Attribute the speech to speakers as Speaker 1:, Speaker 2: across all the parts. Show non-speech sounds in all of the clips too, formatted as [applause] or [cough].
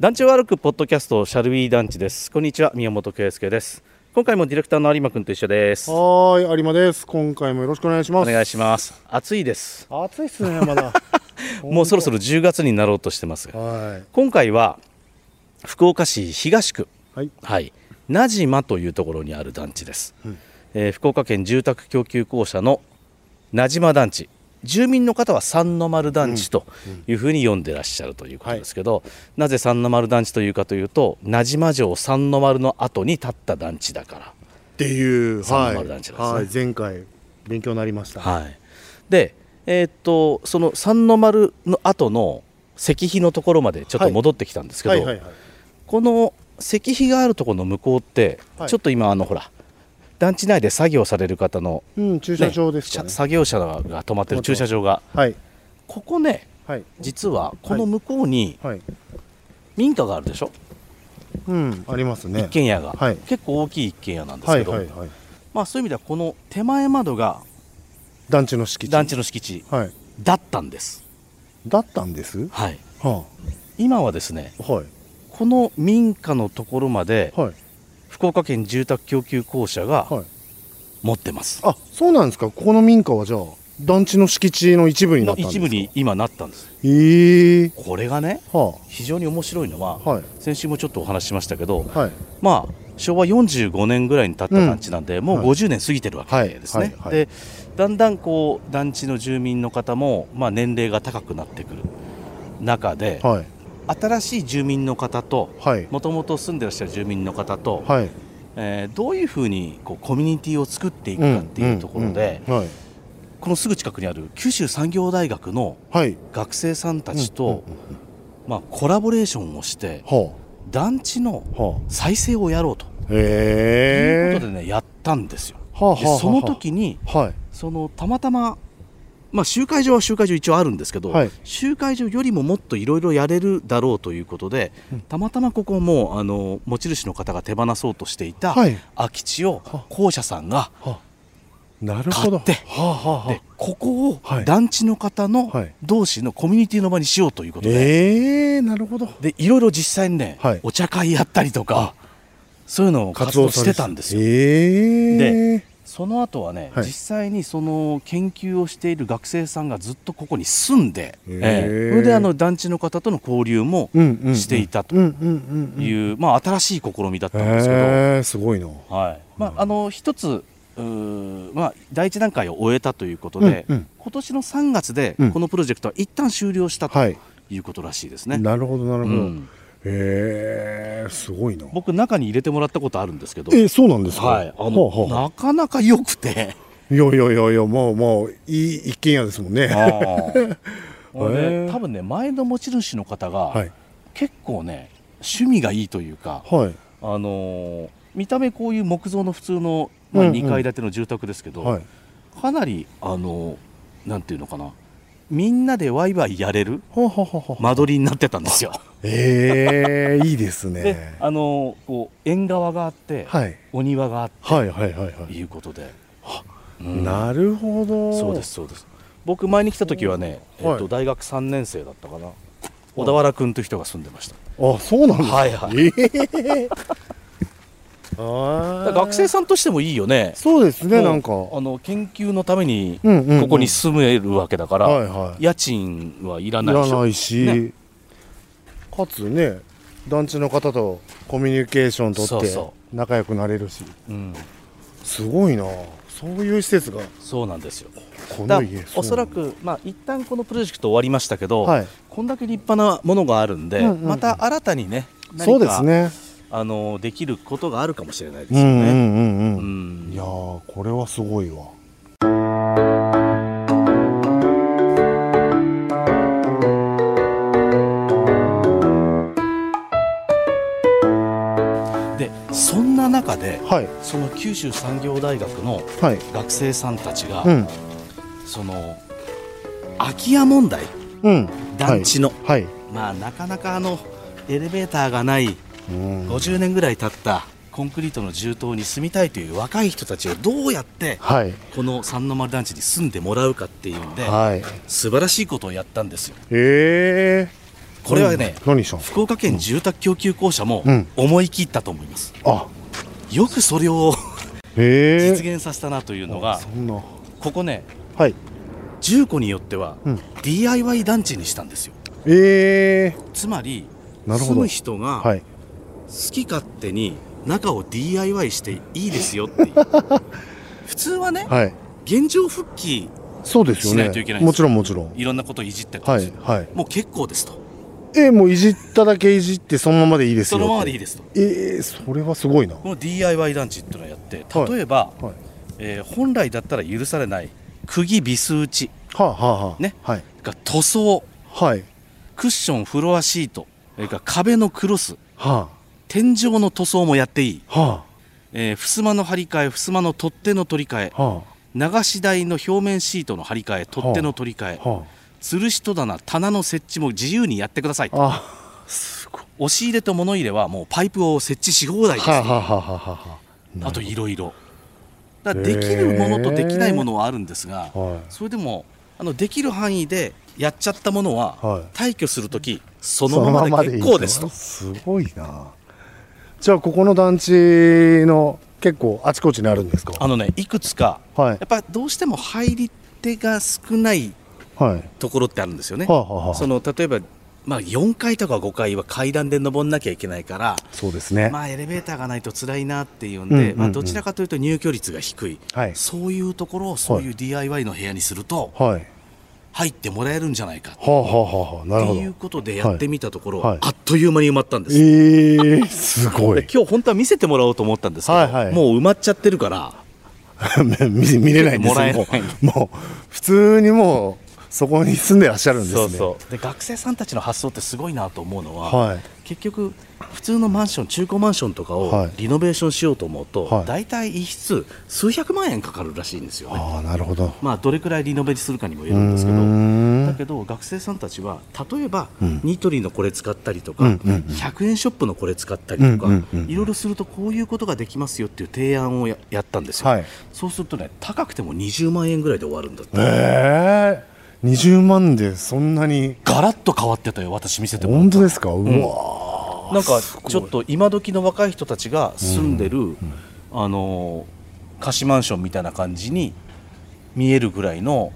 Speaker 1: 団地を歩くポッドキャストシャルウィー団地ですこんにちは宮本圭介です今回もディレクターの有馬くんと一緒ですお
Speaker 2: はーい、有馬です。今回もよろしくお願いします。
Speaker 1: 願いします暑いです
Speaker 2: 暑いっすね、まだ。
Speaker 1: [laughs] もうそろそろ10月になろうとしてますが
Speaker 2: は
Speaker 1: 今回は福岡市東区
Speaker 2: い。はい。
Speaker 1: はい名島というところにある団地です、
Speaker 2: うん
Speaker 1: えー福岡県住宅供給公社の名島団地住民の方は三の丸団地というふうに呼んでらっしゃるということですけど、なぜ三の丸団地というかというと名島城三の丸の後に建った団地だから
Speaker 2: っていう。
Speaker 1: 三
Speaker 2: は
Speaker 1: の
Speaker 2: い。
Speaker 1: 丸団地ですね
Speaker 2: はい、前回勉強になりました。
Speaker 1: はい、で、えーっとその三の丸の後の石碑のところまでちょっと戻ってきたんですけど、
Speaker 2: はい、はい、はい。
Speaker 1: この石碑があるところの向こうって、
Speaker 2: はい
Speaker 1: ちょっと今あのほら団地内で作業される方の、
Speaker 2: うん、駐車場ですか
Speaker 1: ね
Speaker 2: ね。
Speaker 1: 作業者が止まってる駐車場が
Speaker 2: はい。
Speaker 1: ここね
Speaker 2: はい。
Speaker 1: 実はこの向こうに
Speaker 2: はい。
Speaker 1: 民家があるでしょ、
Speaker 2: うん、ありますね。
Speaker 1: 一軒家が、
Speaker 2: はい
Speaker 1: 結構大きい一軒家なんです
Speaker 2: は
Speaker 1: け
Speaker 2: い、
Speaker 1: ど、
Speaker 2: はい、はい。
Speaker 1: まあ、そういう意味ではこの手前窓が
Speaker 2: 団地の敷地。
Speaker 1: 団地の敷地
Speaker 2: はい。
Speaker 1: だったんです、
Speaker 2: だったんです。
Speaker 1: はい、
Speaker 2: は
Speaker 1: 今はですね
Speaker 2: あ。はい。
Speaker 1: この民家のところまで
Speaker 2: はい。
Speaker 1: 福岡県住宅供給公社が
Speaker 2: はい。
Speaker 1: 持ってます、
Speaker 2: あ、そうなんですか。ここの民家はじゃあ。団地の敷地の一部に
Speaker 1: の
Speaker 2: なったんです
Speaker 1: 一
Speaker 2: か。
Speaker 1: 部に。今なったんです
Speaker 2: ええ
Speaker 1: これがね
Speaker 2: は
Speaker 1: 非常に面白いのは、
Speaker 2: あ。はい。
Speaker 1: 先週もちょっとお話ししましたけど、
Speaker 2: はい。
Speaker 1: まあ、昭和45年ぐらいに建った団地なんで、もう
Speaker 2: はい
Speaker 1: 50年過ぎてるわけですね、
Speaker 2: はいはいはい
Speaker 1: でだんだんこう団地の住民の方も、まあ、年齢が高くなってくる中で、
Speaker 2: はい。
Speaker 1: 新しい住民の方と
Speaker 2: はい。
Speaker 1: もともと住んでらっしゃる住民の方と、
Speaker 2: はい。
Speaker 1: えーどういうふうにこうコミュニティを作っていくかっていうところで、
Speaker 2: うんうんうんはい。
Speaker 1: このすぐ近くにある九州産業大学の
Speaker 2: はい。
Speaker 1: 学生さんたちと、
Speaker 2: うんうん
Speaker 1: まあ、コラボレーションをして
Speaker 2: は
Speaker 1: 団地の
Speaker 2: あ。はあ。
Speaker 1: 再生をやろうとという
Speaker 2: へ
Speaker 1: ことでねやったんですよ。
Speaker 2: はあはあ
Speaker 1: で
Speaker 2: はあはあ
Speaker 1: その時に
Speaker 2: はい。
Speaker 1: そのたまたま、まあ、集会所は集会所一応あるんですけど、
Speaker 2: はい
Speaker 1: 集会所よりももっといろいろやれるだろうということでたまたまここもうあの持ち主の方が手放そうとしていた
Speaker 2: はい
Speaker 1: 空き地を
Speaker 2: は
Speaker 1: 公社さんが
Speaker 2: はあなるほど。
Speaker 1: 買って
Speaker 2: はあはあは
Speaker 1: でここを
Speaker 2: はい
Speaker 1: 団地の方の
Speaker 2: はい
Speaker 1: 同士のコミュニティの場にしようというこ
Speaker 2: あ
Speaker 1: とで,、
Speaker 2: ええなるほど。
Speaker 1: でいろいろ実際にね、
Speaker 2: はい
Speaker 1: お茶会やったりとかそういうのを活動してたんですよ。
Speaker 2: ええ
Speaker 1: その後はね、
Speaker 2: はい
Speaker 1: 実際にその研究をしている学生さんがずっとここに住んで、
Speaker 2: へー
Speaker 1: ええそれであの団地の方との交流も
Speaker 2: うんうんうん
Speaker 1: していたと
Speaker 2: う
Speaker 1: い
Speaker 2: ん
Speaker 1: う、
Speaker 2: うんうんうん。
Speaker 1: まあ、新しい試みだったんですけど、
Speaker 2: へえすごいな。
Speaker 1: はいまあ、あの一つうーまあ、第一段階を終えたということで、
Speaker 2: うんうん
Speaker 1: 今年の3月で
Speaker 2: うん
Speaker 1: このプロジェクトは一旦終了したと
Speaker 2: はい
Speaker 1: いうことらしいですね。
Speaker 2: なるほどなるほど。
Speaker 1: うん
Speaker 2: ええすごいな。
Speaker 1: 僕、中に入れてもらったことあるんですけど、
Speaker 2: えそうなんですか。
Speaker 1: はいあの
Speaker 2: はあはあ
Speaker 1: なかなか良くて。
Speaker 2: いやいやいやいやもうもういい一軒家ですもん [laughs] ね。は
Speaker 1: あーこれね
Speaker 2: へー
Speaker 1: 多分ね前の持ち主の方が
Speaker 2: い
Speaker 1: 結構ね趣味がいいというか、
Speaker 2: はい
Speaker 1: あのー見た目こういう木造の普通の、まあ、
Speaker 2: うんうん
Speaker 1: 2階建ての住宅ですけど、
Speaker 2: はい。
Speaker 1: かなりあのーなんていうのかなみんなでワイワイやれる
Speaker 2: はあはあはあはあ。
Speaker 1: 間取りになってたんですよ。
Speaker 2: ええいいです
Speaker 1: で
Speaker 2: ね。
Speaker 1: あのーこう縁側があって、
Speaker 2: はい
Speaker 1: お庭があって
Speaker 2: はいはいはいはい
Speaker 1: と。いうことで、うん
Speaker 2: なるほど。
Speaker 1: そうです。そうです僕前に来た時はね、えっ
Speaker 2: はい
Speaker 1: と大学3年生だったかな小田原君という人が住んでました。
Speaker 2: あ、そうなんですか。
Speaker 1: はいはい
Speaker 2: ええあー
Speaker 1: 学生さんとしてもいいよね。
Speaker 2: そうですね、
Speaker 1: もう
Speaker 2: なんか。
Speaker 1: あの研究のために
Speaker 2: うんうんうん
Speaker 1: ここに住めるわけだから、
Speaker 2: はいはい。い
Speaker 1: 家賃はいらないで
Speaker 2: ら
Speaker 1: しょ
Speaker 2: ないし、
Speaker 1: ね
Speaker 2: かつね、団地の方とコミュニケーション取
Speaker 1: そ
Speaker 2: っ
Speaker 1: う
Speaker 2: て
Speaker 1: そ
Speaker 2: 仲良くなれるし、
Speaker 1: うん、
Speaker 2: すごいな。そういう施設が
Speaker 1: そうなんですよ。
Speaker 2: こ
Speaker 1: だ
Speaker 2: の家。
Speaker 1: おそらくまあ一旦このプロジェクト終わりましたけど、
Speaker 2: はい
Speaker 1: こんだけ立派なものがあるんで、
Speaker 2: うんうんうん
Speaker 1: また新たにね、何か
Speaker 2: そうなんだそうですね。
Speaker 1: あのできることがあるかもしれないです
Speaker 2: う
Speaker 1: よ
Speaker 2: んう
Speaker 1: ね。
Speaker 2: んうん
Speaker 1: う
Speaker 2: うん。
Speaker 1: ん
Speaker 2: いやーこれはすごいわ。
Speaker 1: でそんな中で
Speaker 2: はい
Speaker 1: その九州産業大学の
Speaker 2: はい。
Speaker 1: 学生さんたちが、
Speaker 2: うん
Speaker 1: その空き家問題
Speaker 2: うん。
Speaker 1: 団地の、
Speaker 2: はい。はい
Speaker 1: まあなかなかあのエレベーターがない
Speaker 2: うん
Speaker 1: 50年ぐらい経ったコンクリートの重棟に住みたいという若い人たちをどうやって
Speaker 2: はい
Speaker 1: この三の丸団地に住んでもらうかっていうんで
Speaker 2: はい。
Speaker 1: 素晴らしいことをやったんですよ
Speaker 2: ええ
Speaker 1: これはね、
Speaker 2: 何何したの
Speaker 1: 福岡県住宅供給公社も
Speaker 2: うん
Speaker 1: 思い切ったと思います、
Speaker 2: あ
Speaker 1: よくそれを
Speaker 2: へえ
Speaker 1: 実現させたなというのが
Speaker 2: そんな
Speaker 1: ここね
Speaker 2: はい
Speaker 1: 住戸によっては
Speaker 2: うん
Speaker 1: DIY 団地にしたんですよ
Speaker 2: ええ
Speaker 1: つまり
Speaker 2: なるほど
Speaker 1: 住む人
Speaker 2: は
Speaker 1: が
Speaker 2: い
Speaker 1: 好き勝手に中を DIY していいですよ
Speaker 2: [laughs]
Speaker 1: っていう普通はね
Speaker 2: はい
Speaker 1: 現状復帰
Speaker 2: そうですよ
Speaker 1: しないといけないで
Speaker 2: ね
Speaker 1: す
Speaker 2: もちろんもちろん
Speaker 1: いろんなことをいじってた
Speaker 2: は
Speaker 1: んです
Speaker 2: い
Speaker 1: よ
Speaker 2: はい
Speaker 1: もう結構ですと
Speaker 2: えもういじっただけいじってそのままでいいです
Speaker 1: そ
Speaker 2: よ
Speaker 1: のままでい
Speaker 2: い
Speaker 1: いですと
Speaker 2: えー、それはすごいなは
Speaker 1: この DIY 団地っていうのをやって
Speaker 2: はい
Speaker 1: 例えば、
Speaker 2: いは
Speaker 1: えー本来だったら許されない釘ビス打ち
Speaker 2: あ、はあはあ、
Speaker 1: ね
Speaker 2: はい
Speaker 1: が塗装
Speaker 2: はい
Speaker 1: クッションフロアシートそれから壁のクロス
Speaker 2: は
Speaker 1: 天井の塗装もやっていい、
Speaker 2: あは
Speaker 1: えー、襖の張り替え襖の取っ手の取り替え
Speaker 2: あは
Speaker 1: 流し台の表面シートの張り替え取っ手の取り替え
Speaker 2: あは
Speaker 1: 吊るし戸棚棚の設置も自由にやってください
Speaker 2: ああすごい
Speaker 1: 押し入れと物入れはもうパイプを設置し放題です、
Speaker 2: はあはあはあはあはあ
Speaker 1: あといろいろだから
Speaker 2: へ
Speaker 1: で
Speaker 2: ー
Speaker 1: きるものとできないものはあるんですが、
Speaker 2: はい
Speaker 1: それでもあのできる範囲でやっちゃったものは、
Speaker 2: はい
Speaker 1: 退去するときそのままで結構ですと
Speaker 2: そのままでいいとすごいなじゃあここの団地の結構あちこちにあるんですか
Speaker 1: あのねいくつか
Speaker 2: はい
Speaker 1: やっぱどうしても入り手が少ない
Speaker 2: はい
Speaker 1: ところってあるんですよね、
Speaker 2: はあはあはあ
Speaker 1: その例えば、まあ、4階とか5階は階段で登んなきゃいけないから、
Speaker 2: そうですね、
Speaker 1: まあ、エレベーターがないと辛いなっていうん
Speaker 2: うんうん
Speaker 1: で、
Speaker 2: うん
Speaker 1: まあ、どちらかというと入居率が低い、
Speaker 2: はい
Speaker 1: そういうところをそういう DIY の部屋にすると
Speaker 2: はいは
Speaker 1: 入ってもらえるんじゃないか
Speaker 2: あはあはあはあなる
Speaker 1: って
Speaker 2: ほ
Speaker 1: いう
Speaker 2: ど
Speaker 1: ことでやってみたところ、
Speaker 2: はいはい
Speaker 1: あっという間に埋まったんです、
Speaker 2: えー、すご
Speaker 1: [laughs]
Speaker 2: い
Speaker 1: 今日本当は見せてもらおうと思ったんですけど、
Speaker 2: はいはい
Speaker 1: もう埋まっちゃってるから
Speaker 2: 見見れないんです
Speaker 1: もらえない
Speaker 2: もうもう普通にもうそこに住んでらっしゃるんですね
Speaker 1: うで学生さんたちの発想ってすごいなと思うのは、
Speaker 2: はい
Speaker 1: 結局普通のマンション中古マンションとか
Speaker 2: は
Speaker 1: を
Speaker 2: い
Speaker 1: リノベーションしようと思うと、
Speaker 2: はい
Speaker 1: 大体一室数百万円かかるらしいんですよね、
Speaker 2: ああなるほど
Speaker 1: まあ、どれくらいリノベするかにもよるんですけ
Speaker 2: うー
Speaker 1: ど
Speaker 2: ん
Speaker 1: だけど学生さんたちは例えば、ニトリのこれ使ったりとか、
Speaker 2: うんうんうん
Speaker 1: 100円ショップのこれ使ったりとか、
Speaker 2: うんうんうん
Speaker 1: いろいろするとこういうことができますよっていう提案をややったんですよ、
Speaker 2: はい
Speaker 1: そうするとね高くても20万円ぐらいで終わるんだって、
Speaker 2: ええー、20万でそんなに
Speaker 1: ガラッと変わってたよ私見せてもらった
Speaker 2: 本当ですかうわー、
Speaker 1: なんか
Speaker 2: すごい
Speaker 1: ちょっと今時の若い人たちが住んでる、あのー貸しマンションみたいな感じに見えるぐらいの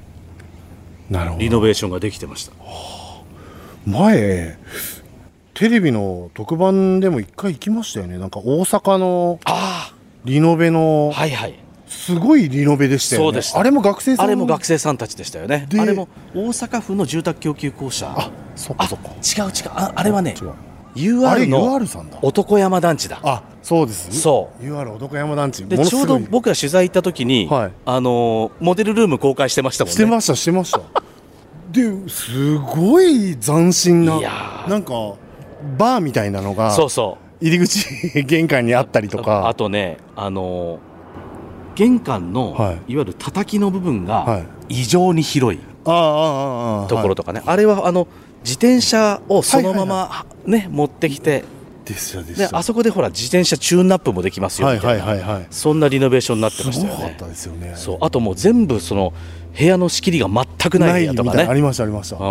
Speaker 2: なるほど
Speaker 1: リノベーションができてました
Speaker 2: 前テレビの特番でも一回行きましたよねなんか大阪の
Speaker 1: あ
Speaker 2: リノベの
Speaker 1: あはいはい
Speaker 2: すごいリノベでしたよね
Speaker 1: そうでした
Speaker 2: あれも学生さん
Speaker 1: あれも学生さんたちでしたよね
Speaker 2: で
Speaker 1: あれも大阪府の住宅供給公社
Speaker 2: あそっかそっか
Speaker 1: 違う違うああれはね
Speaker 2: 違うあれ
Speaker 1: UR の
Speaker 2: UR さんだ
Speaker 1: 男山団地だ
Speaker 2: あそうです
Speaker 1: そう
Speaker 2: UR 男山団地
Speaker 1: で
Speaker 2: もの
Speaker 1: ちょう
Speaker 2: すご
Speaker 1: ど
Speaker 2: い
Speaker 1: 僕ら取材行った時に、
Speaker 2: はい
Speaker 1: あのーモデルルーム公開してましたもんね
Speaker 2: してましたしてましたですごい斬新ない
Speaker 1: やー
Speaker 2: なんかバーみたいなのが
Speaker 1: そうそう
Speaker 2: 入り口 [laughs] 玄関にあったりと
Speaker 1: ああ
Speaker 2: か
Speaker 1: とねあのー玄関の、
Speaker 2: はい
Speaker 1: い、わゆる叩きの部分
Speaker 2: は
Speaker 1: が異常に広い
Speaker 2: ああああああ
Speaker 1: ところ
Speaker 2: と
Speaker 1: とかね、あれはあの自転車をそのまま、
Speaker 2: は
Speaker 1: ね、持ってきて
Speaker 2: ですよで
Speaker 1: であそこでほら自転車チューンナップもできますよ
Speaker 2: は
Speaker 1: み
Speaker 2: い
Speaker 1: たいな、
Speaker 2: はいはいはい
Speaker 1: そんなリノベーションになって
Speaker 2: す
Speaker 1: ました
Speaker 2: ご
Speaker 1: よ
Speaker 2: かっ
Speaker 1: ね
Speaker 2: たですよね
Speaker 1: そうあともう全部その部屋の仕切りが全くない部屋と
Speaker 2: み
Speaker 1: か
Speaker 2: たいなあ
Speaker 1: ね
Speaker 2: りましたありました
Speaker 1: うん
Speaker 2: い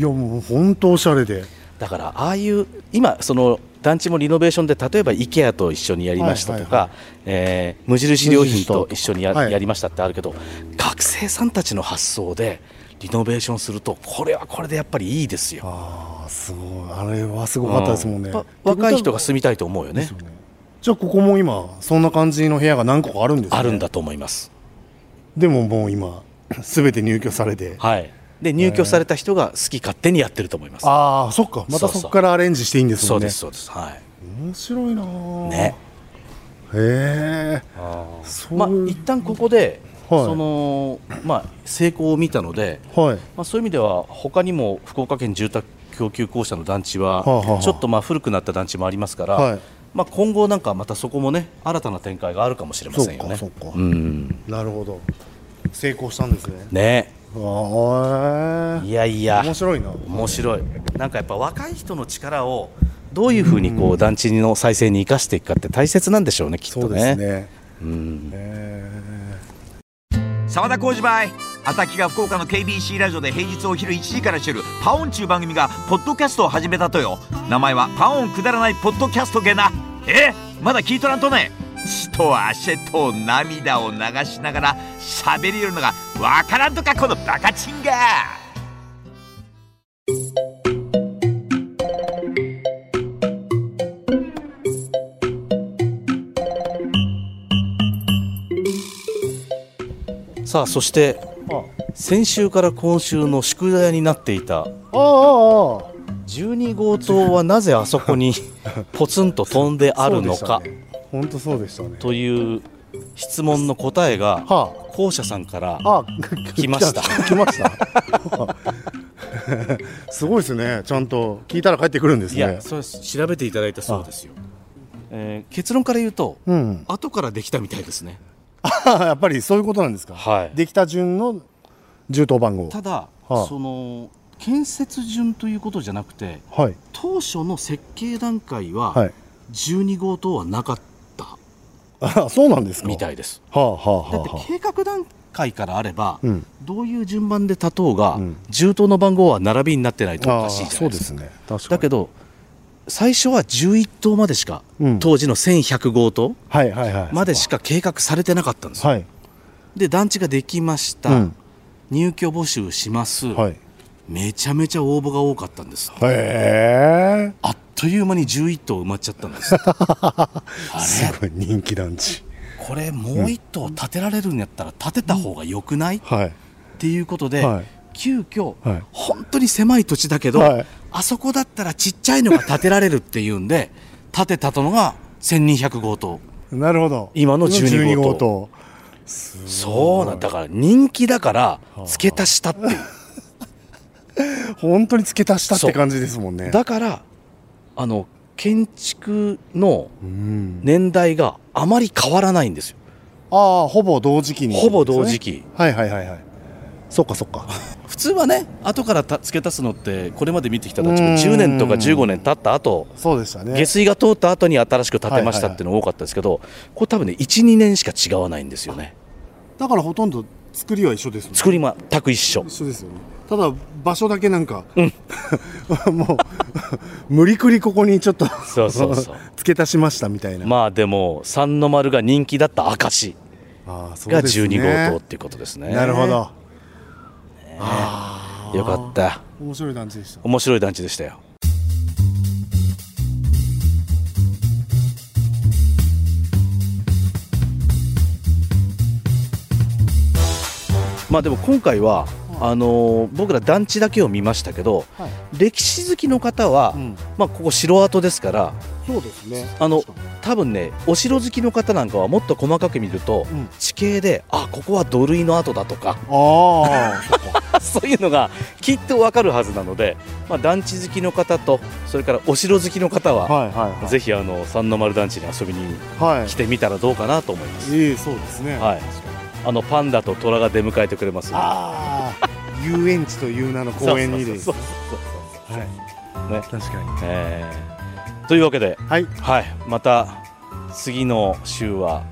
Speaker 2: やもう本当おしゃれで
Speaker 1: だからああいう今その団地もリノベーションで例えば IKEA と一緒にやりましたとか、
Speaker 2: はいはい
Speaker 1: えー無印良品と
Speaker 2: 無印と
Speaker 1: 一緒にや,、
Speaker 2: はい
Speaker 1: やりましたってあるけど学生さんたちの発想でリノベーションするとこれはこれでやっぱりいいですよ。
Speaker 2: ああすごいあれはすごかったですもんね
Speaker 1: うんやっぱ若い人
Speaker 2: が
Speaker 1: が住みたいと思うよね
Speaker 2: じゃあここも今そんな感じの部屋が何個かあるんですね
Speaker 1: あるんだと思います。
Speaker 2: でももう今 [laughs] 全て入居されて
Speaker 1: はい、で入居された人が好き勝手にやってると思います。
Speaker 2: ああそっかまた
Speaker 1: そうそう
Speaker 2: そこからアレンジしていいんです
Speaker 1: そ
Speaker 2: も
Speaker 1: うん
Speaker 2: ね
Speaker 1: ですそうです、はい
Speaker 2: 面白いなー
Speaker 1: ね
Speaker 2: へえそう
Speaker 1: まあ、一旦ここで、
Speaker 2: はい
Speaker 1: そのまあ、成功を見たので、
Speaker 2: はい
Speaker 1: まあ、そういう意味では他にも福岡県住宅供給公社の団地は
Speaker 2: はあはあ
Speaker 1: ちょっとまあ古くなった団地もありますから、
Speaker 2: はい
Speaker 1: まあ、今後なんかまたそこもね新たな展開があるかもしれま
Speaker 2: そ
Speaker 1: せん
Speaker 2: っ
Speaker 1: よ
Speaker 2: か
Speaker 1: ね
Speaker 2: そっ。か
Speaker 1: うん
Speaker 2: なるほど成功したんですね
Speaker 1: ね
Speaker 2: あ
Speaker 1: いやい
Speaker 2: あ
Speaker 1: や
Speaker 2: 面白いな
Speaker 1: 面白いなんかやっぱ若い人の力をどういうふうにこう団地の再生に生かしていくかって大切なんでしょうねきっ
Speaker 2: そ
Speaker 1: と
Speaker 2: うです
Speaker 1: ね。
Speaker 2: ね
Speaker 1: うん
Speaker 2: へえ
Speaker 3: 沢田浩二バイあたきが福岡の KBC ラジオで平日お昼1時から知る「パオン」ちゅう番組がポッドキャストを始めたとよ名前は「パオンくだらないポッドキャスト」げなえまだ聞いとらんとね血と汗と涙を流しながら喋りよるのがわからんとかこのバカチンが
Speaker 1: さあそして
Speaker 2: あ
Speaker 1: 先週から今週の宿題になっていた
Speaker 2: あああ
Speaker 1: 12号棟はなぜあそこ
Speaker 2: [laughs]
Speaker 1: にポツンと飛んであるのか
Speaker 2: 本当そうでしたね
Speaker 1: という質問の答えが
Speaker 2: は
Speaker 1: 校舎さんから
Speaker 2: ああ
Speaker 1: [laughs] 来ました
Speaker 2: 来ました [laughs] すごいですねちゃんと聞いたら帰ってくるんです
Speaker 1: いや
Speaker 2: ね
Speaker 1: そうです調べていただいたそうですよ、えー結論から言うと
Speaker 2: うん
Speaker 1: 後からできたみたいですね
Speaker 2: あ [laughs] やっぱりそういうことなんですか、
Speaker 1: はい
Speaker 2: できた順の重当番号
Speaker 1: ただ、
Speaker 2: はあ
Speaker 1: その建設順ということじゃなくて
Speaker 2: はい
Speaker 1: 当初の設計段階
Speaker 2: は
Speaker 1: はい12号棟はなかった
Speaker 2: あそうなんですか
Speaker 1: みた
Speaker 2: い
Speaker 1: いです、
Speaker 2: はあはあはあ
Speaker 1: だって
Speaker 2: は
Speaker 1: 計画段階からあれば、
Speaker 2: うん
Speaker 1: どういう順番で立とうが、
Speaker 2: うん
Speaker 1: 銃刀の番号は並びになってないとお
Speaker 2: ああ
Speaker 1: か
Speaker 2: ー
Speaker 1: しいじゃ
Speaker 2: そ
Speaker 1: ないうで
Speaker 2: ですす
Speaker 1: か
Speaker 2: ね確か
Speaker 1: だ
Speaker 2: に
Speaker 1: けど最初は11棟までしか、
Speaker 2: うん
Speaker 1: 当時の1100号棟
Speaker 2: はいはいはい
Speaker 1: までしか計画されてなかったんですよ、
Speaker 2: はい
Speaker 1: で団地ができました、
Speaker 2: うん
Speaker 1: 入居募集します、
Speaker 2: はいへ
Speaker 1: めちゃめちゃ応募が多かったんです
Speaker 2: え
Speaker 1: あっという間に11棟埋まっちゃったんですあれ
Speaker 2: すごい人気団地
Speaker 1: これもう1棟建てられるんやったら建てた方が良くない、
Speaker 2: はい
Speaker 1: っていうことで、
Speaker 2: はい
Speaker 1: 急遽、
Speaker 2: はい
Speaker 1: 本当に狭い土地だけど、
Speaker 2: はい
Speaker 1: あそこだったらちっちゃいのが建てられるっていうんで建てたとのが1200号棟
Speaker 2: なるほど
Speaker 1: 今の12号棟
Speaker 2: 棟
Speaker 1: そうなんだから人気だから付け足したっていう
Speaker 2: 本当に付け足したっ
Speaker 1: そう
Speaker 2: て感じですもんね
Speaker 1: だからあの建築の
Speaker 2: うん
Speaker 1: 年代があまり変わらないんですよ
Speaker 2: ああほぼ同時期に、
Speaker 1: ほぼ同時期
Speaker 2: はいはいはいはいそっかそっか
Speaker 1: 普通はね後からた付け足すのってこれまで見てきたたち
Speaker 2: う
Speaker 1: も
Speaker 2: ん
Speaker 1: 10年とか15年経った後
Speaker 2: そうでしたね
Speaker 1: 下水が通った後に新しく建てましたっていうのが多かったですけど、これ多分ね12年しか違わないんですよね
Speaker 2: だからほとんど作りは一緒ですもん
Speaker 1: 作りも全く一緒
Speaker 2: 一緒ですよねただ場所だけなんか、 [laughs] もう無理くりここにちょっと
Speaker 1: そうそうそう
Speaker 2: [laughs] 付け足しましたみたいな、
Speaker 1: まあでも三の丸が人気だった証
Speaker 2: ああそう
Speaker 1: が
Speaker 2: ですね
Speaker 1: 12号棟っていうことですね
Speaker 2: なるほど
Speaker 1: よかった
Speaker 2: 面白い団地でした
Speaker 1: 面白い団地でしたよまあでも今回はあのー僕ら団地だけを見ましたけど、
Speaker 2: はい
Speaker 1: 歴史好きの方は、
Speaker 2: ん
Speaker 1: まあ、ここ城跡ですから
Speaker 2: そうですね
Speaker 1: あの
Speaker 2: 確か
Speaker 1: 多分ねお城好きの方なんかはもっと細かく見ると、
Speaker 2: うん
Speaker 1: 地形であここは土塁の跡だとか
Speaker 2: [laughs] にああそっ
Speaker 1: [laughs]
Speaker 2: か
Speaker 1: そういうのがきっとわかるはずなので、まあ、団地好きの方とそれからお城好きの方は、
Speaker 2: はいはいはい
Speaker 1: ぜひあの三の丸団地に遊びに
Speaker 2: は
Speaker 1: 来てみたらどうかなと思います、
Speaker 2: いいいそうですね、
Speaker 1: はい、あのパンダと虎が出迎えてくれますんで
Speaker 2: ああ遊園地という名の公園にです
Speaker 1: そう
Speaker 2: は
Speaker 1: そうそうそう
Speaker 2: い、
Speaker 1: ね
Speaker 2: 確かに
Speaker 1: えーというわけで
Speaker 2: はい
Speaker 1: はい、また次の週は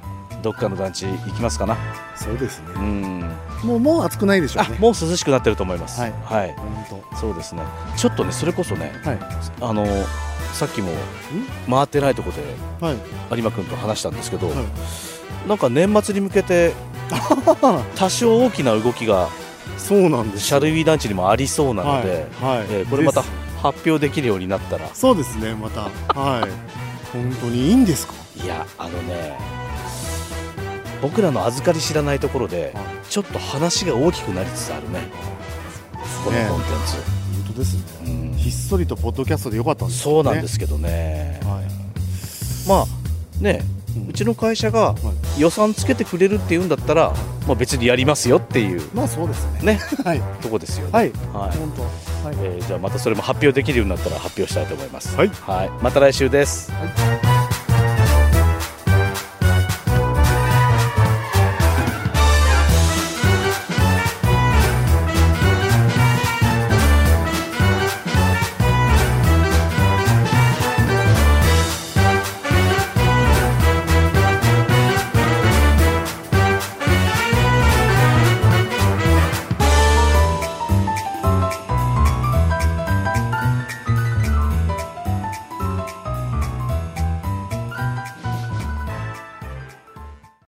Speaker 1: どっかの団地行きますかな。
Speaker 2: そうです
Speaker 1: う
Speaker 2: ね
Speaker 1: ん。
Speaker 2: もうもう暑くないでしょ
Speaker 1: あ
Speaker 2: う、ね
Speaker 1: もう涼しくなってると思います。
Speaker 2: はい
Speaker 1: はい、
Speaker 2: 本
Speaker 1: そうですね。ちょっとね、それこそね、
Speaker 2: 当はい
Speaker 1: あのさっきも回ってないところで
Speaker 2: はい
Speaker 1: 有馬君と話したんですけど、
Speaker 2: は
Speaker 1: なんか年末に向け
Speaker 2: [laughs]
Speaker 1: て多少大きな動きが
Speaker 2: そうなんです
Speaker 1: シャルウィ団地にもありそうなので、
Speaker 2: はいはい
Speaker 1: えーこれまた
Speaker 2: です
Speaker 1: 発表できるようになったら、
Speaker 2: そうですねまたはい本当にいいんですか
Speaker 1: いやあのね。僕らの預かり知らないところで、
Speaker 2: はい
Speaker 1: ちょっと話が大きくなりつつあるね。この
Speaker 2: ね
Speaker 1: コンテ
Speaker 2: 本当ですね
Speaker 1: ンツ、うん
Speaker 2: ひっそりとポッドキャストでよかったんですね
Speaker 1: そうなんですけどね
Speaker 2: はい
Speaker 1: まあね
Speaker 2: うん
Speaker 1: うちの会社が予算つけてくれるって言うんだったら、まあ、別にやりますよっていう
Speaker 2: まあそうですね
Speaker 1: ね
Speaker 2: はい
Speaker 1: とこですよね
Speaker 2: はい
Speaker 1: はい
Speaker 2: 本当はい
Speaker 1: えーじゃあまたそれも発表できるようになったら発表したいと思います
Speaker 2: はい
Speaker 1: はい、また来週です